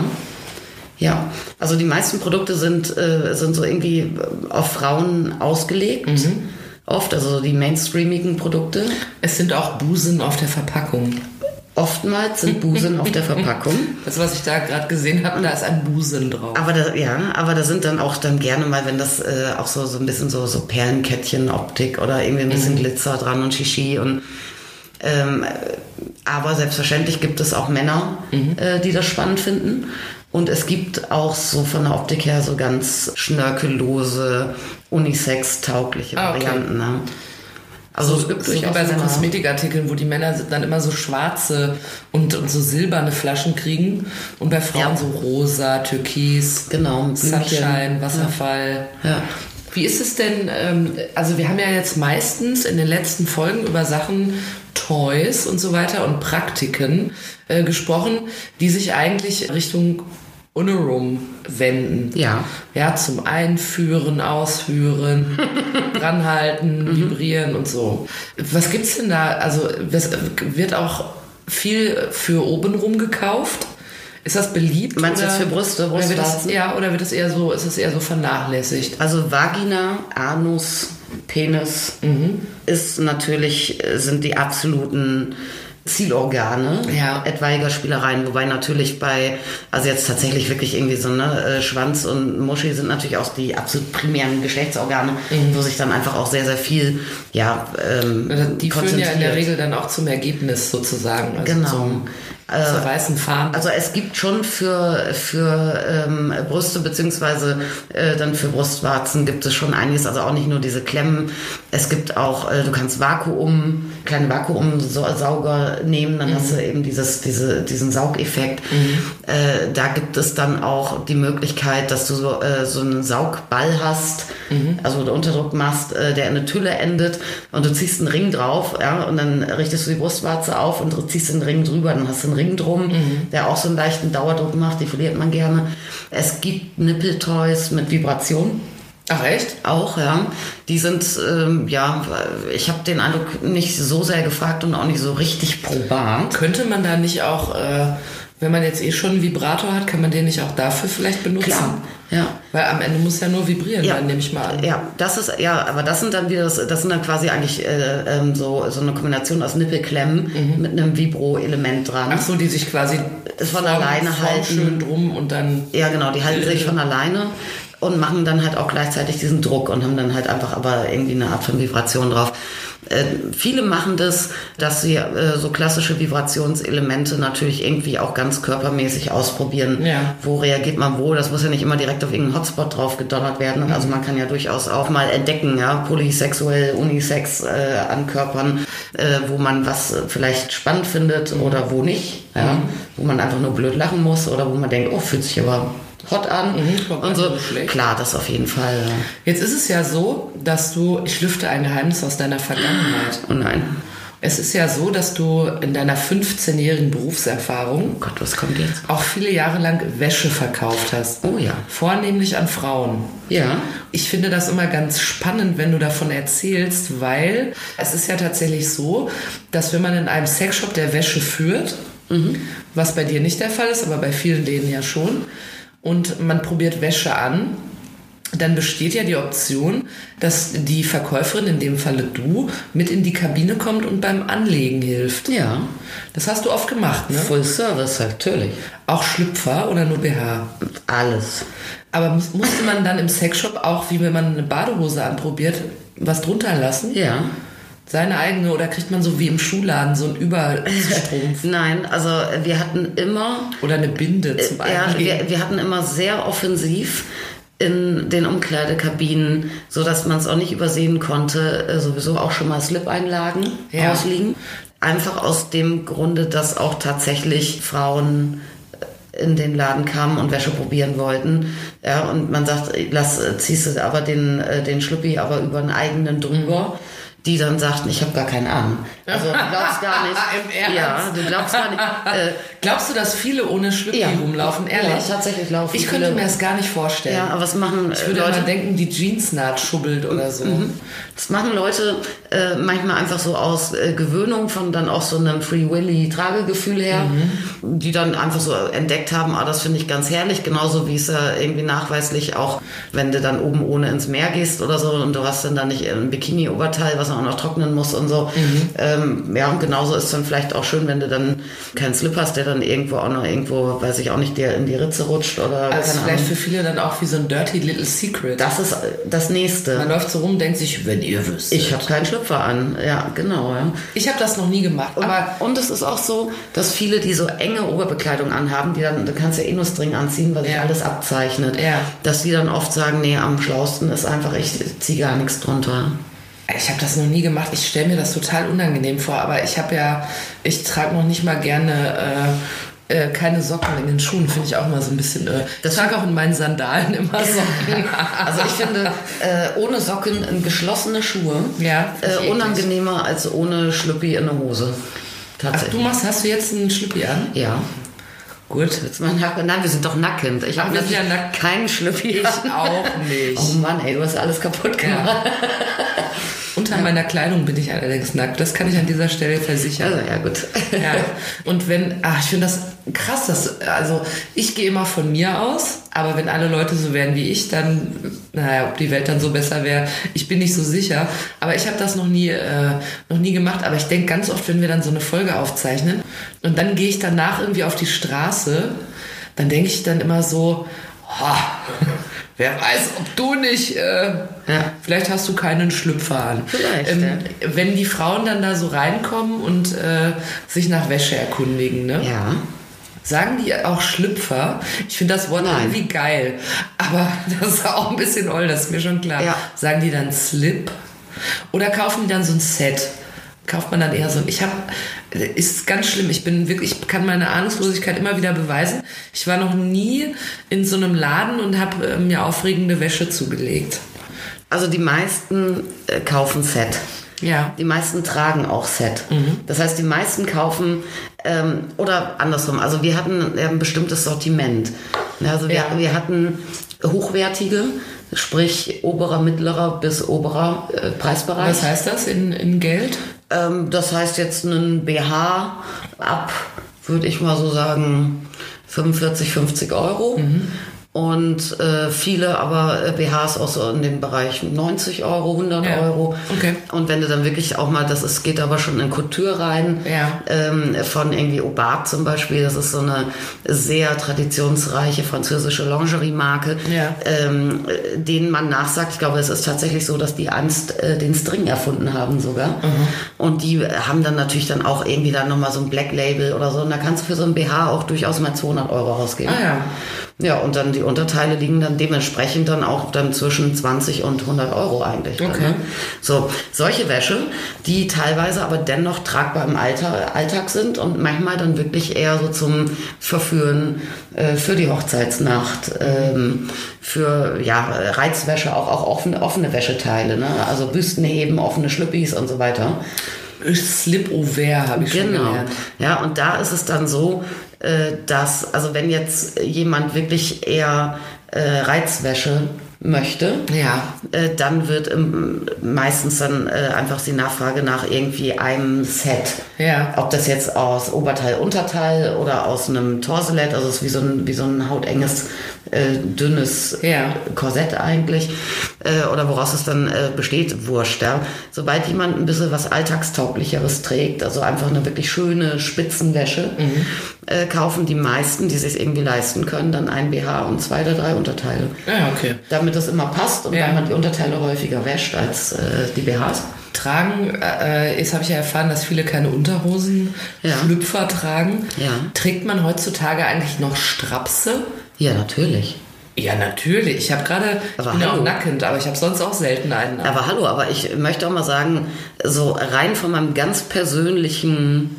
Ja, also die meisten Produkte sind, äh, sind so irgendwie äh, auf Frauen ausgelegt. Oft, also die mainstreamigen Produkte. Es sind auch Busen auf der Verpackung. Oftmals sind Busen auf der Verpackung. Das, was ich da gerade gesehen habe, da ist ein Busen drauf. Aber da, ja, aber da sind dann auch dann gerne mal, wenn das äh, auch so, so ein bisschen so, so Perlenkettchen-Optik oder irgendwie ein Mhm. bisschen Glitzer dran und Shishi und Mhm. ähm, äh, aber selbstverständlich gibt es auch Männer, äh, die das spannend finden. Und es gibt auch so von der Optik her so ganz schnörkellose, unisex-taugliche Ah, okay. Varianten. Ne? Also es gibt so wie durchaus bei so Männer. Kosmetikartikeln, wo die Männer dann immer so schwarze und, und so silberne Flaschen kriegen und bei Frauen Ja. so rosa, türkis, Genau, mit Blümchen. Sunshine, Wasserfall. Ja. Wie ist es denn, ähm, also wir haben ja jetzt meistens in den letzten Folgen über Sachen, Toys und so weiter und Praktiken äh, gesprochen, die sich eigentlich Richtung Unerum wenden. Ja. Ja, zum Einführen, Ausführen, dranhalten, Mhm. vibrieren und so. Was gibt's denn da? Also was, wird auch viel für oben rum gekauft? Ist das beliebt? Meinst du oder- jetzt für Brüste, oder wird das, Brustwarzen? Ja, oder wird das eher so, ist das eher so vernachlässigt? Also Vagina, Anus, Penis ist natürlich, äh, sind die absoluten Zielorgane Ja. etwaiger Spielereien, wobei natürlich bei, also jetzt tatsächlich wirklich irgendwie so, ne, äh, Schwanz und Muschi sind natürlich auch die absolut primären Geschlechtsorgane, wo sich dann einfach auch sehr, sehr viel, ja, ähm, Also Die führen ja in der konzentriert. Regel dann auch zum Ergebnis sozusagen. Also Genau. Zum, zur weißen Farbe. Also es gibt schon für, für ähm, Brüste beziehungsweise äh, dann für Brustwarzen gibt es schon einiges, also auch nicht nur diese Klemmen. Es gibt auch, äh, du kannst Vakuum, kleinen Vakuumsauger nehmen, dann hast du eben dieses, diese, diesen Saugeffekt. Äh, da gibt es dann auch die Möglichkeit, dass du so, äh, so einen Saugball hast, also du Unterdruck machst, äh, der in eine Tülle endet und du ziehst einen Ring drauf ja, und dann richtest du die Brustwarze auf und ziehst den Ring drüber, dann hast du einen Ring drum, der auch so einen leichten Dauerdruck macht, die verliert man gerne. Es gibt Nippeltoys mit Vibration Ach echt? auch, ja. Die sind, ähm, ja, ich habe den Eindruck, nicht so sehr gefragt und auch nicht so richtig probat. Könnte man da nicht auch, äh, wenn man jetzt eh schon einen Vibrator hat, kann man den nicht auch dafür vielleicht benutzen? Klar, ja. Weil am Ende muss ja nur vibrieren, Ja. dann nehme ich mal an. Ja, das ist ja, aber das sind dann wieder, das, das sind dann quasi eigentlich äh, ähm, so so eine Kombination aus Nippelklemmen mit einem Vibro-Element dran. Mhm. Ach so, die sich quasi Von alleine halten. schön drum und dann. Ja, genau, die halten sich von alleine und machen dann halt auch gleichzeitig diesen Druck und haben dann halt einfach aber irgendwie eine Art von Vibration drauf. Äh, viele machen das, dass sie äh, so klassische Vibrationselemente natürlich irgendwie auch ganz körpermäßig ausprobieren. Ja. Wo reagiert man wo? Das muss ja nicht immer direkt auf irgendeinen Hotspot drauf gedonnert werden. Also man kann ja durchaus auch mal entdecken, ja, polysexuell, unisex äh, an Körpern, äh, wo man was äh, vielleicht spannend findet oder wo nicht. Ja? Wo man einfach nur blöd lachen muss oder wo man denkt, oh, fühlt sich aber hot an. Mhm, und so. nicht schlecht. Klar, das auf jeden Fall. ja. Jetzt ist es ja so, dass du, ich lüfte ein Geheimnis aus deiner Vergangenheit. Oh nein. Es ist ja so, dass du in deiner 15-jährigen Oh Berufserfahrung Gott, was kommt jetzt? auch viele Jahre lang Wäsche verkauft hast. Oh ja. Vornehmlich an Frauen. Ja. Ich finde das immer ganz spannend, wenn du davon erzählst, weil es ist ja tatsächlich so, dass wenn man in einem Sexshop der Wäsche führt, was bei dir nicht der Fall ist, aber bei vielen denen ja schon, und man probiert Wäsche an, dann besteht ja die Option, dass die Verkäuferin, in dem Falle du, mit in die Kabine kommt und beim Anlegen hilft. Ja. Das hast du oft gemacht, ne? Full Service, natürlich. Auch Schlüpfer oder nur BH? Alles. Aber muss- musste man dann im Sexshop auch, wie wenn man eine Badehose anprobiert, was drunter lassen? Ja. Seine eigene oder kriegt man so wie im Schuhladen so einen Überstrumpf Nein, also äh, wir hatten immer oder eine Binde zum Äh, Ja, Einlegen? wir, wir hatten immer sehr offensiv in den Umkleidekabinen, so dass man es auch nicht übersehen konnte, äh, sowieso auch schon mal Slip-Einlagen Ja. ausliegen. Einfach aus dem Grunde, dass auch tatsächlich Frauen äh, in den Laden kamen und Wäsche probieren wollten. Ja, und man sagt, lass, äh, ziehst du aber den, äh, den Schlüppi aber über einen eigenen drüber. Die dann sagten, ich habe gar keinen an. Also du glaubst gar nicht. Im Ja, Ernst? du glaubst gar nicht. Äh, Glaubst du, dass viele ohne Schlüppi Ja. rumlaufen? Ehrlich? Ja, tatsächlich laufen Ich könnte viele- mir das gar nicht vorstellen. ja, aber was machen ich äh, würde Leute? Mhm. immer denken, die Jeansnaht schubbelt oder so. Das machen Leute äh, manchmal einfach so aus äh, Gewöhnung von dann auch so einem Free Willy Tragegefühl her, Mhm. die dann einfach so entdeckt haben, ah, das finde ich ganz herrlich, genauso wie es ja irgendwie nachweislich auch, wenn du dann oben ohne ins Meer gehst oder so und du hast dann da nicht ein Bikini Oberteil, was er auch noch trocknen muss und so. Mhm. Ähm, ja, und genauso ist dann vielleicht auch schön, wenn du dann keinen Slip hast, der dann irgendwo auch noch irgendwo, weiß ich auch nicht, dir in die Ritze rutscht oder Das ist keine vielleicht Ahnung. für viele dann auch wie so ein Dirty Little Secret. Das ist äh, das Man nächste. läuft so rum, denkt sich, wenn ihr wüsstet. Ich habe keinen Schlüpfer an. Ja, genau. Ja. Ich habe das noch nie gemacht, Und, aber und es ist auch so, dass viele, die so enge Oberbekleidung anhaben, die dann, du kannst ja eh nur String anziehen, weil sich Ja. alles abzeichnet, Ja. dass die dann oft sagen, nee, am schlausten ist einfach, ich zieh gar nichts drunter. ich habe das noch nie gemacht. Ich stelle mir das total unangenehm vor, aber ich habe ja, ich trage noch nicht mal gerne äh, äh, keine Socken in den Schuhen, finde ich auch mal so ein bisschen. Äh, ich trage auch in meinen Sandalen immer Socken. Also ich finde, äh, ohne Socken in geschlossene Schuhe Ja, find ich äh, eklig. unangenehmer als ohne Schlüppi in eine Hose. Ach, du Tatsächlich. machst, hast du jetzt einen Schlüppi an? ja. Gut. Jetzt mein Haken. Nein, wir sind doch nackend. Ich Ach, habe wir sind natürlich ja nackt. keinen Schlüppi. Ich an. auch nicht. Oh Mann, ey, du hast alles kaputt gemacht. Ja. Unter meiner Kleidung bin ich allerdings nackt. Das kann ich an dieser Stelle versichern. Also, ja, gut. Ja. Und wenn, ach, ich finde das krass, dass, also ich gehe immer von mir aus, aber wenn alle Leute so wären wie ich, dann, naja, ob die Welt dann so besser wäre, ich bin nicht so sicher. Aber ich habe das noch nie, äh, noch nie gemacht. Aber ich denke ganz oft, wenn wir dann so eine Folge aufzeichnen und dann gehe ich danach irgendwie auf die Straße, dann denke ich dann immer so, ha, wer weiß, ob du nicht, äh, Ja. vielleicht hast du keinen Schlüpfer an. Ähm, Vielleicht, ja. Wenn die Frauen dann da so reinkommen und äh, sich nach Wäsche erkundigen, ne? Ja. Sagen die auch Schlüpfer? Ich finde das Wort Nein. irgendwie geil. Aber das ist auch ein bisschen oll, das ist mir schon klar. Ja. Sagen die dann Slip? Oder kaufen die dann so ein Set? Kauft man dann eher so ein. Ich habe. Ist ganz schlimm. Ich bin wirklich. Ich kann meine Ahnungslosigkeit immer wieder beweisen. Ich war noch nie in so einem Laden und habe äh, mir aufregende Wäsche zugelegt. Also die meisten äh, kaufen Set. Ja. Die meisten tragen auch Set. Mhm. Das heißt, die meisten kaufen ähm, oder andersrum. Also wir hatten ein bestimmtes Sortiment. Also wir, Ja. wir hatten hochwertige, sprich oberer, mittlerer bis oberer äh, Preisbereich. Was heißt das in, in Geld? Ähm, das heißt jetzt einen BH ab, würde ich mal so sagen, 45, 50 Euro. Mhm. Und äh, viele aber äh, BHs auch so in dem Bereich 90 Euro, 100 Ja. Euro. Okay. Und wenn du dann wirklich auch mal, das ist, geht aber schon in Couture rein, Ja. ähm, von irgendwie Aubert zum Beispiel, das ist so eine sehr traditionsreiche französische Lingerie-Marke, Ja. ähm, äh, denen man nachsagt, ich glaube, es ist tatsächlich so, dass die einst äh, den String erfunden haben sogar. Mhm. Und die äh, haben dann natürlich dann auch irgendwie dann nochmal so ein Black Label oder so. Und da kannst du für so ein BH auch durchaus mal 200 Euro rausgeben. Ah ja. Ja, und dann die Unterteile liegen dann dementsprechend dann auch dann zwischen 20 und 100 Euro eigentlich. Dann, Okay. ne? So, solche Wäsche, die teilweise aber dennoch tragbar im Alter, Alltag sind und manchmal dann wirklich eher so zum Verführen äh, für die Hochzeitsnacht, ähm, für ja, Reizwäsche, auch, auch offene, offene Wäscheteile, ne? also Büstenheben, offene Schlüppis und so weiter. Slip over habe ich schon Genau. gelernt. Ja, und da ist es dann so, äh, dass, also wenn jetzt jemand wirklich eher äh, Reizwäsche möchte, Ja. äh, dann wird im, meistens dann äh, einfach die Nachfrage nach irgendwie einem Set. Ja. Ob das jetzt aus Oberteil, Unterteil oder aus einem Torselett, also es ist wie so ein, wie so ein hautenges, äh, dünnes Ja. Korsett eigentlich, äh, oder woraus es dann äh, besteht, wurscht. Ja. Sobald jemand ein bisschen was Alltagstauglicheres trägt, also einfach eine wirklich schöne Spitzenwäsche, äh, kaufen die meisten, die sich irgendwie leisten können, dann ein BH und zwei oder drei Unterteile Ja, okay. damit das immer passt und Ja. weil man die Unterteile häufiger wäscht als äh, die BHs. Tragen, äh, jetzt habe ich ja erfahren, dass viele keine Unterhosen, Ja. Schlüpfer tragen. Ja. Trägt man heutzutage eigentlich noch Strapse? Ja, natürlich. Ja, natürlich. Ich habe gerade, ich Aber bin ja auch hallo. nackend, aber ich habe sonst auch selten einen. an. Aber hallo, aber ich möchte auch mal sagen, so rein von meinem ganz persönlichen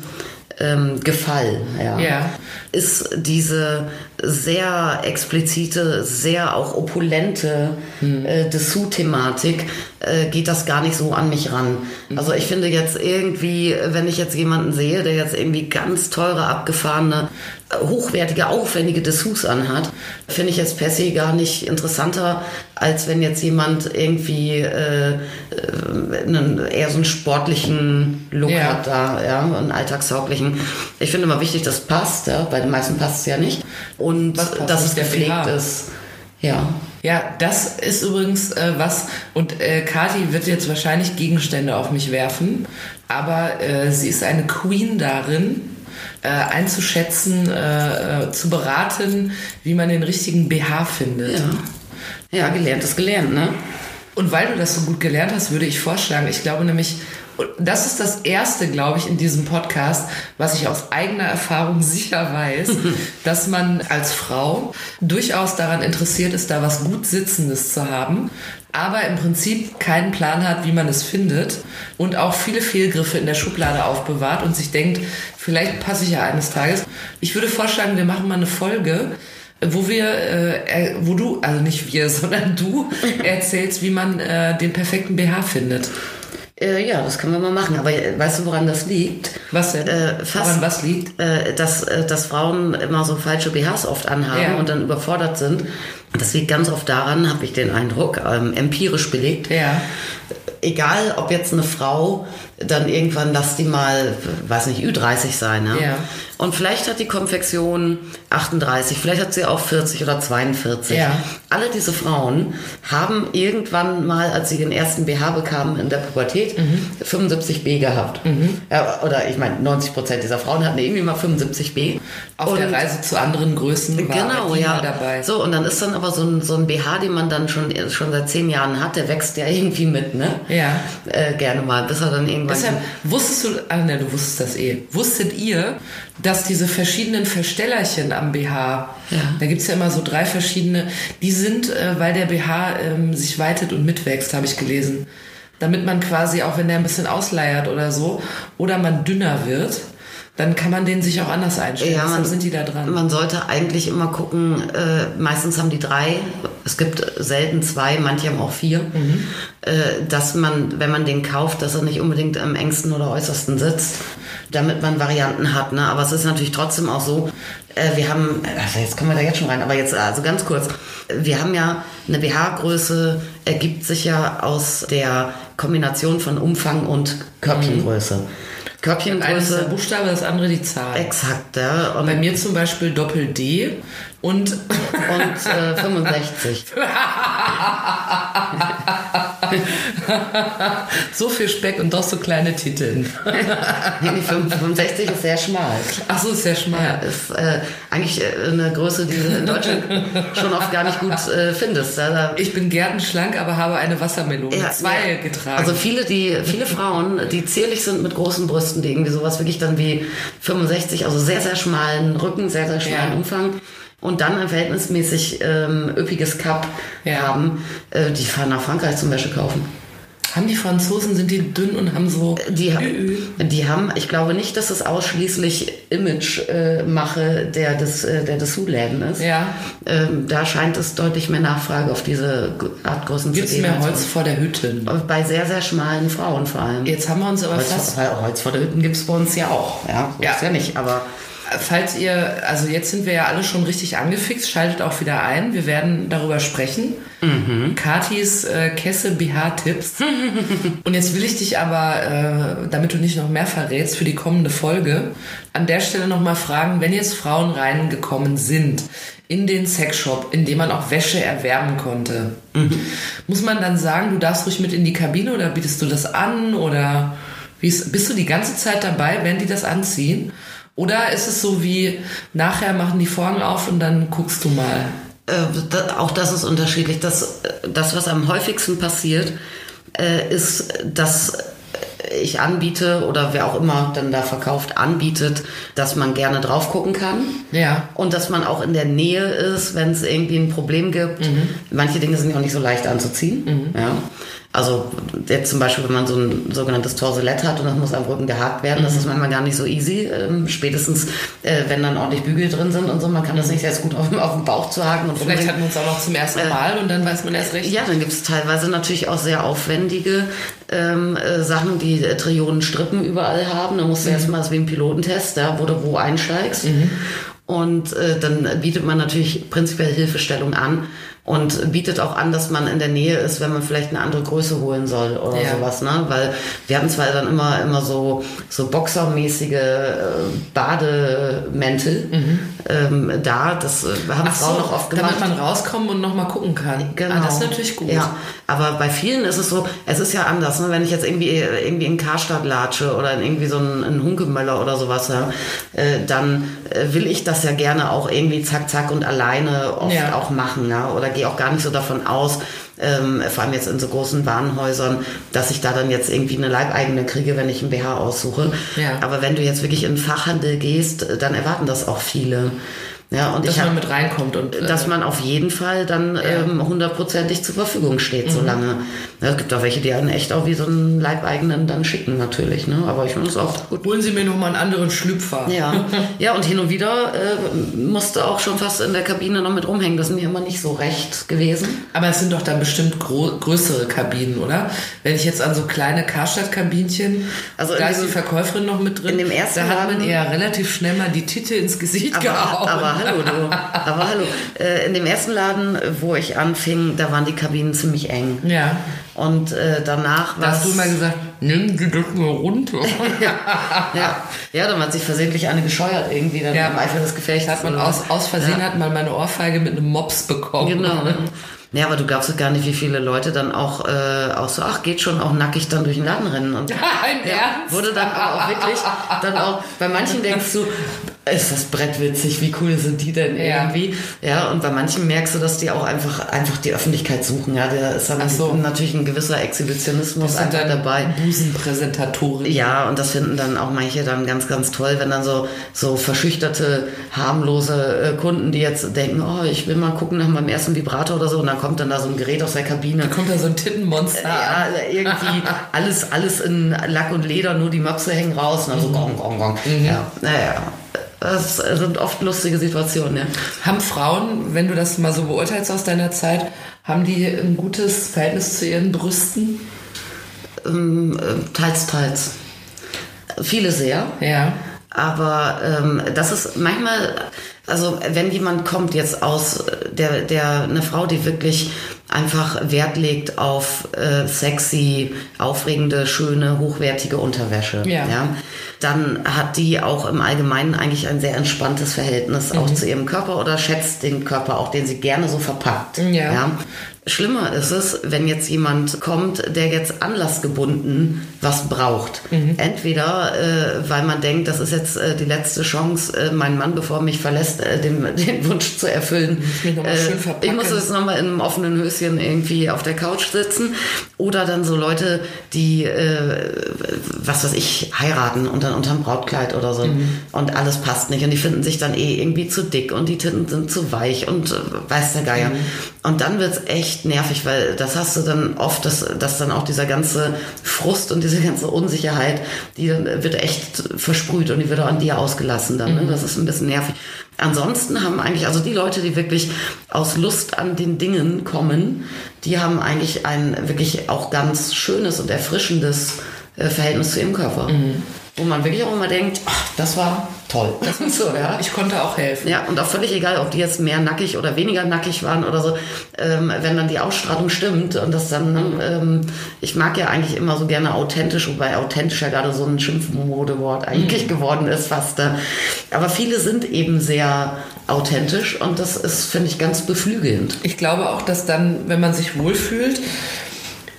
ähm, Gefall, ja, Ja. ist diese sehr explizite, sehr auch opulente äh, Dessous-Thematik, äh, geht das gar nicht so an mich ran. Also ich finde jetzt irgendwie, wenn ich jetzt jemanden sehe, der jetzt irgendwie ganz teure, abgefahrene, äh, hochwertige, aufwendige Dessous anhat, finde ich jetzt per se gar nicht interessanter, als wenn jetzt jemand irgendwie äh, äh, einen, eher so einen sportlichen Look Ja. hat da, ja, einen alltagstauglichen. Ich finde immer wichtig, das passt, ja, bei den meisten passt es ja nicht. Und Was passt dass nicht? es Der gepflegt BH? ist. Ja. Ja, das ist übrigens äh, was, und äh, Kati wird jetzt wahrscheinlich Gegenstände auf mich werfen, aber äh, sie ist eine Queen darin, äh, einzuschätzen, äh, äh, zu beraten, wie man den richtigen BH findet. Ja. Ja, gelernt ist gelernt, ne? Und weil du das so gut gelernt hast, würde ich vorschlagen, ich glaube nämlich, und das ist das erste, glaube ich, in diesem Podcast, was ich aus eigener Erfahrung sicher weiß, dass man als Frau durchaus daran interessiert ist, da was gut Sitzendes zu haben, aber im Prinzip keinen Plan hat, wie man es findet und auch viele Fehlgriffe in der Schublade aufbewahrt und sich denkt, vielleicht passe ich ja eines Tages. Ich würde vorschlagen, wir machen mal eine Folge, wo wir, äh, er- wo du, also nicht wir, sondern du erzählst, wie man äh, den perfekten BH findet. Äh, ja, das können wir mal machen. Aber äh, weißt du, woran das liegt? Was denn? Äh, fast- Woran was liegt? Äh, dass, äh, dass Frauen immer so falsche BHs oft anhaben Ja. und dann überfordert sind. Das liegt ganz oft daran, habe ich den Eindruck, ähm, empirisch belegt. Ja. Egal, ob jetzt eine Frau dann irgendwann, lass die mal, weiß nicht, Ü30 sein. Ne? Ja. Und vielleicht hat die Konfektion 38, vielleicht hat sie auch 40 oder 42. Ja. Alle diese Frauen haben irgendwann mal, als sie den ersten BH bekamen in der Pubertät, Mhm. 75b gehabt. Ja, oder ich meine, 90 Prozent dieser Frauen hatten irgendwie mal 75b. Auf der Und- Reise zu anderen Größen war Genau, ja. dabei. So, und dann ist dann aber so ein, so ein BH, den man dann schon, schon seit zehn Jahren hat, der wächst ja irgendwie mit, ne? Ja. Äh, gerne mal, bis er dann irgendwann. Deshalb wusstest du, ah ne, du wusstest das eh. Wusstet ihr, dass diese verschiedenen Verstellerchen am BH, Ja. da gibt's ja immer so drei verschiedene, die sind, äh, weil der BH ähm, sich weitet und mitwächst, habe ich gelesen. Damit man quasi, auch wenn der ein bisschen ausleiert oder so, oder man dünner wird, dann kann man den sich auch anders einstellen. Ja, Deshalb man- sind die da dran. Man sollte eigentlich immer gucken, äh, meistens haben die drei, es gibt selten zwei, manche haben auch vier, äh, dass man, wenn man den kauft, dass er nicht unbedingt am engsten oder äußersten sitzt, damit man Varianten hat. Ne? Aber es ist natürlich trotzdem auch so, äh, wir haben, also jetzt kommen wir da jetzt schon rein, aber jetzt also ganz kurz, wir haben ja eine BH-Größe, ergibt sich ja aus der Kombination von Umfang Mhm. und Körbchengröße. Eines ist der Körbchengröße, Buchstabe, das andere die Zahl. exakt, ja. Und Bei mir zum Beispiel Doppel D und und äh, 65. so viel Speck und doch so kleine Titel. Nee, die 65 ist sehr schmal. Ach so, ist sehr schmal. Ist äh, eigentlich äh, eine Größe, die du in Deutschland schon oft gar nicht gut äh, findest. Da, da, Ich bin gärtenschlank, aber habe eine Wassermelone. Ja, Zwei ja. getragen. Also viele, die, viele Frauen, die zierlich sind mit großen Brüsten, die irgendwie sowas wirklich dann wie 65, also sehr, sehr schmalen Rücken, sehr, sehr schmalen Ja. Umfang und dann ein verhältnismäßig ähm, üppiges Cup Ja. haben, äh, die fahren nach Frankreich zum Wäsche kaufen. haben die Franzosen, sind die dünn und haben so... Äh, Die, ha- Ü- die haben, ich glaube nicht, dass es ausschließlich Image-Mache der, des, äh, der Dessous-Läden ist. Ja. Ähm, da scheint es deutlich mehr Nachfrage auf diese G- Art Größen Gibt zu es geben. mehr Holz vor der Hütte? Also Bei sehr, sehr schmalen Frauen vor allem. Jetzt haben wir uns aber Holz, fast... vor- Holz vor der Hütten gibt es bei uns ja auch. Ja, so Ja. Äh, ist ja nicht, aber Falls ihr... Also jetzt sind wir ja alle schon richtig angefixt. Schaltet auch wieder ein. Wir werden darüber sprechen. Mhm. Katis äh, Kessel-BH-Tipps. und jetzt will ich dich aber, äh, damit du nicht noch mehr verrätst für die kommende Folge, an der Stelle nochmal fragen, wenn jetzt Frauen reingekommen sind in den Sexshop, in dem man auch Wäsche erwerben konnte, muss man dann sagen, du darfst ruhig mit in die Kabine oder bietest du das an oder wie ist, bist du die ganze Zeit dabei, wenn die das anziehen? Oder ist es so wie, nachher machen die Vorhang auf und dann guckst du mal? Äh, da, auch das ist unterschiedlich. Das, äh, das, was am häufigsten passiert, äh, ist, dass ich anbiete oder wer auch immer dann da verkauft, anbietet, dass man gerne drauf gucken kann. Ja. Und dass man auch in der Nähe ist, wenn es irgendwie ein Problem gibt. Manche Dinge sind ja auch nicht so leicht anzuziehen. Ja. Also jetzt zum Beispiel, wenn man so ein sogenanntes Torselett hat und das muss am Rücken gehakt werden, das ist manchmal gar nicht so easy. Ähm, spätestens, äh, wenn dann ordentlich Bügel drin sind und so, man kann das nicht sehr gut auf, dem- auf dem Bauch zu haken. Und Vielleicht rumhängen. hatten wir uns auch noch zum ersten Mal und dann weiß man erst recht. Ja, dann gibt's teilweise natürlich auch sehr aufwendige ähm, äh, Sachen, die äh, Trillionen Strippen überall haben. Da musst Mhm. du erstmal das wie ein Pilotentest, da wo du wo einsteigst. Und äh, dann bietet man natürlich prinzipiell Hilfestellung an. und bietet auch an, dass man in der Nähe ist, wenn man vielleicht eine andere Größe holen soll oder Ja. sowas, ne? Weil wir hatten zwar dann immer immer so so boxermäßige äh, Bademäntel ähm, da, das äh, haben Mhm. Ach so, Frauen noch oft gemacht. damit man rauskommen und nochmal gucken kann. Genau. Ah, das ist natürlich gut. Ja, aber bei vielen ist es so, es ist ja anders. Ne? Wenn ich jetzt irgendwie, irgendwie in Karstadt latsche oder in irgendwie so einen, einen Hunkemöller oder sowas, ja, äh, dann äh, will ich das ja gerne auch irgendwie zack, zack und alleine oft Ja. auch machen. Ja? Oder gehe auch gar nicht so davon aus, ähm, vor allem jetzt in so großen Warenhäusern, dass ich da dann jetzt irgendwie eine Leibeigene kriege, wenn ich einen BH aussuche. Ja. Aber wenn du jetzt wirklich in den Fachhandel gehst, äh, dann erwarten das auch viele. Ja, und Dass ich hab- man mit reinkommt und äh, dass man auf jeden Fall dann ähm, hundertprozentig zur Verfügung steht, Mhm. solange. Ja, es gibt auch welche, die einen echt auch wie so einen Leibeigenen dann schicken, natürlich. Ne? Aber ich finde es auch gut. holen Sie mir nochmal einen anderen Schlüpfer. Ja. ja, und hin und wieder äh, musste auch schon fast in der Kabine noch mit rumhängen. Das ist mir immer nicht so recht gewesen. Aber es sind doch dann bestimmt gro- größere Kabinen, oder? Wenn ich jetzt an so kleine Karstadt-Kabinchen, Also in da ist die diesem- Verkäuferin noch mit drin, in dem ersten da hat man Laden- eher relativ schnell mal die Titte ins Gesicht Aber, gehauen. aber hallo, du. Aber hallo. Äh, in dem ersten Laden, wo ich anfing, da waren die Kabinen ziemlich eng. ja, Und äh, danach da war hast du immer gesagt, nimm die Dicken runter. ja, ja, dann hat sich versehentlich eine gescheuert irgendwie dann Ja. im Eifer des Gefechts. Also Hat man aus, aus Versehen hat man meine Ohrfeige mit einem Mops bekommen. Genau. Ja, aber du glaubst doch gar nicht, wie viele Leute dann auch, äh, auch so, ach, geht schon auch nackig dann durch den Laden rennen. Und Im Ernst? wurde dann aber auch wirklich, dann auch, bei manchen denkst du, ist das Brett witzig, wie cool sind die denn Ja. irgendwie? Ja, und bei manchen merkst du, dass die auch einfach, einfach die Öffentlichkeit suchen. Ja, da ist dann Ach so. natürlich ein gewisser Exhibitionismus sind einfach dann dabei. Busenpräsentatorin. Ja, und das finden dann auch manche dann ganz, ganz toll, wenn dann so, so verschüchterte, harmlose äh, Kunden, die jetzt denken, oh, ich will mal gucken nach meinem ersten Vibrator oder so, und dann kommt dann da so ein Gerät aus der Kabine. Da kommt da so ein Tittenmonster an. Ja, also irgendwie alles, alles in Lack und Leder, nur die Möpse hängen raus. Und dann so gong, gong, gong. Ja, naja. Das sind oft lustige Situationen, ja. Haben Frauen, wenn du das mal so beurteilst aus deiner Zeit, haben die ein gutes Verhältnis zu ihren Brüsten? Ähm, äh, teils, teils. Viele sehr. Ja. Aber ähm, das ist manchmal, also wenn jemand kommt jetzt aus, äh, der, der eine Frau, die wirklich einfach Wert legt auf äh, sexy, aufregende, schöne, hochwertige Unterwäsche, Ja. dann hat die auch im Allgemeinen eigentlich ein sehr entspanntes Verhältnis auch zu ihrem Körper oder schätzt den Körper auch, den sie gerne so verpackt. Ja. Schlimmer ist es, wenn jetzt jemand kommt, der jetzt anlassgebunden was braucht. Mhm. Entweder, äh, weil man denkt, das ist jetzt äh, die letzte Chance, äh, meinen Mann, bevor er mich verlässt, äh, den, den Wunsch zu erfüllen. mich noch mal äh, schön verpacken. ich muss jetzt nochmal in einem offenen Höschen irgendwie auf der Couch sitzen. Oder dann so Leute, die, äh, was weiß ich, heiraten und dann unterm Brautkleid oder so. Und alles passt nicht. Und die finden sich dann eh irgendwie zu dick und die Titten sind zu weich und äh, weiß der Geier. Und dann wird's echt nervig, weil das hast du dann oft, dass, dass dann auch dieser ganze Frust und diese ganze Unsicherheit, die dann äh, wird echt versprüht und die wird auch an dir ausgelassen dann. Ne? Das ist ein bisschen nervig. Ansonsten haben eigentlich, also die Leute, die wirklich aus Lust an den Dingen kommen, die haben eigentlich ein wirklich auch ganz schönes und erfrischendes äh, Verhältnis zu ihrem Körper. Wo man wirklich auch immer denkt, ach, das war toll. Das war so, ja. Ich konnte auch helfen. Ja, und auch völlig egal, ob die jetzt mehr nackig oder weniger nackig waren oder so, ähm, wenn dann die Ausstrahlung stimmt und das dann, ähm, ich mag ja eigentlich immer so gerne authentisch, wobei authentisch ja gerade so ein Schimpfmodewort eigentlich geworden ist fast. Äh. Aber viele sind eben sehr authentisch und das ist, finde ich, ganz beflügelnd. Ich glaube auch, dass dann, wenn man sich wohlfühlt,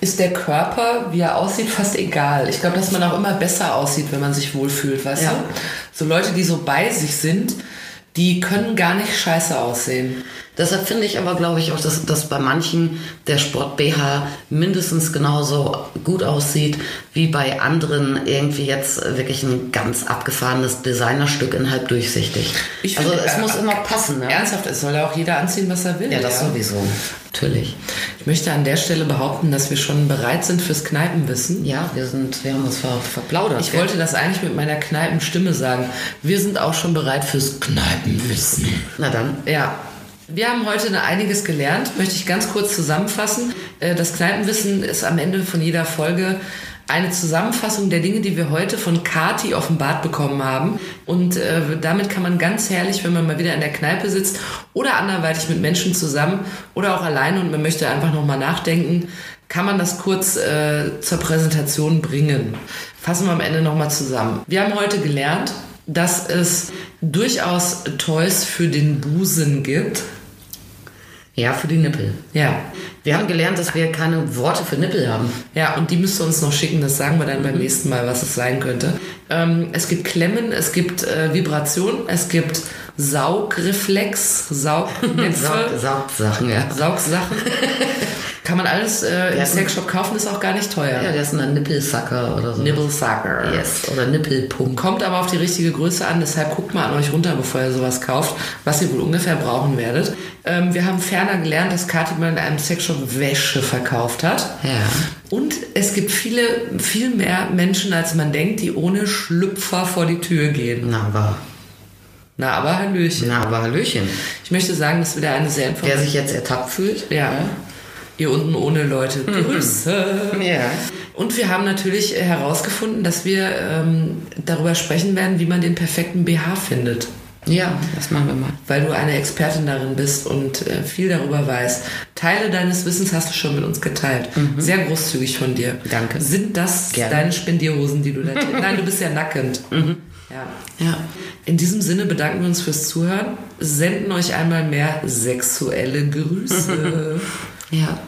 ist der Körper, wie er aussieht, fast egal. Ich glaube, dass man auch immer besser aussieht, wenn man sich wohlfühlt, weißt Ja. du? So Leute, die so bei sich sind, die können gar nicht scheiße aussehen. Deshalb finde ich aber, glaube ich, auch, dass, dass bei manchen der Sport BH mindestens genauso gut aussieht wie bei anderen irgendwie jetzt wirklich ein ganz abgefahrenes Designerstück in halb durchsichtig. Ich also finde, es äh, muss immer passen, ne? Ernsthaft, es soll ja auch jeder anziehen, was er will. Ja, das sowieso. Natürlich. Ich möchte an der Stelle behaupten, dass wir schon bereit sind fürs Kneipenwissen. Ja, wir sind, wir haben uns ver verplaudert. Ich gell? wollte das eigentlich mit meiner Kneipenstimme sagen. Wir sind auch schon bereit fürs Kneipenwissen. Na dann. Ja. Wir haben heute eine- einiges gelernt, möchte ich ganz kurz zusammenfassen. Äh, Das Kneipenwissen ist am Ende von jeder Folge eine Zusammenfassung der Dinge, die wir heute von Kati offenbart bekommen haben. Und äh, damit kann man ganz herrlich, wenn man mal wieder in der Kneipe sitzt oder anderweitig mit Menschen zusammen oder auch alleine und man möchte einfach nochmal nachdenken, kann man das kurz äh, zur Präsentation bringen. Fassen wir am Ende nochmal zusammen. Wir haben heute gelernt, dass es durchaus Toys für den Busen gibt. Ja, für die Nippel. Ja. Wir haben gelernt, dass wir keine Worte für Nippel haben. Ja, und die müsst ihr uns noch schicken, das sagen wir dann Mhm. beim nächsten Mal, was es sein könnte. Ähm, es gibt Klemmen, es gibt äh, Vibration, es gibt Saugreflex, Saugnäpfe, Saug, Saugsachen, ja. Saugsachen. Kann man alles äh, im Ja. Sexshop kaufen, ist auch gar nicht teuer. Ja, das ist ein Nippelsacker oder so. Nibble Sucker. Yes. Oder Nippelpump. Kommt aber auf die richtige Größe an, deshalb guckt mal an euch runter, bevor ihr sowas kauft, was ihr wohl ungefähr brauchen werdet. Ähm, wir haben ferner gelernt, dass Kathi mal in einem Sexshop Wäsche verkauft hat. Ja. Und es gibt viele, viel mehr Menschen, als man denkt, die ohne Schlüpfer vor die Tür gehen. Na, aber, Na, aber Hallöchen. na, aber Hallöchen. Ich möchte sagen, das ist wieder eine sehr Wer informative... sich jetzt ertappt fühlt. Ja. Ihr unten ohne Leute. Grüße. Ja. Und wir haben natürlich herausgefunden, dass wir ähm, darüber sprechen werden, wie man den perfekten BH findet. Ja, das machen wir mal. weil du eine Expertin darin bist und äh, viel darüber weißt. Teile deines Wissens hast du schon mit uns geteilt. Sehr großzügig von dir. Mhm. Danke. Sind das Gerne. Mhm. deine Spendierhosen, die du da Nein, du bist ja nackend. Ja. Ja. In diesem Sinne bedanken wir uns fürs Zuhören, senden euch einmal mehr sexuelle Grüße. Ja.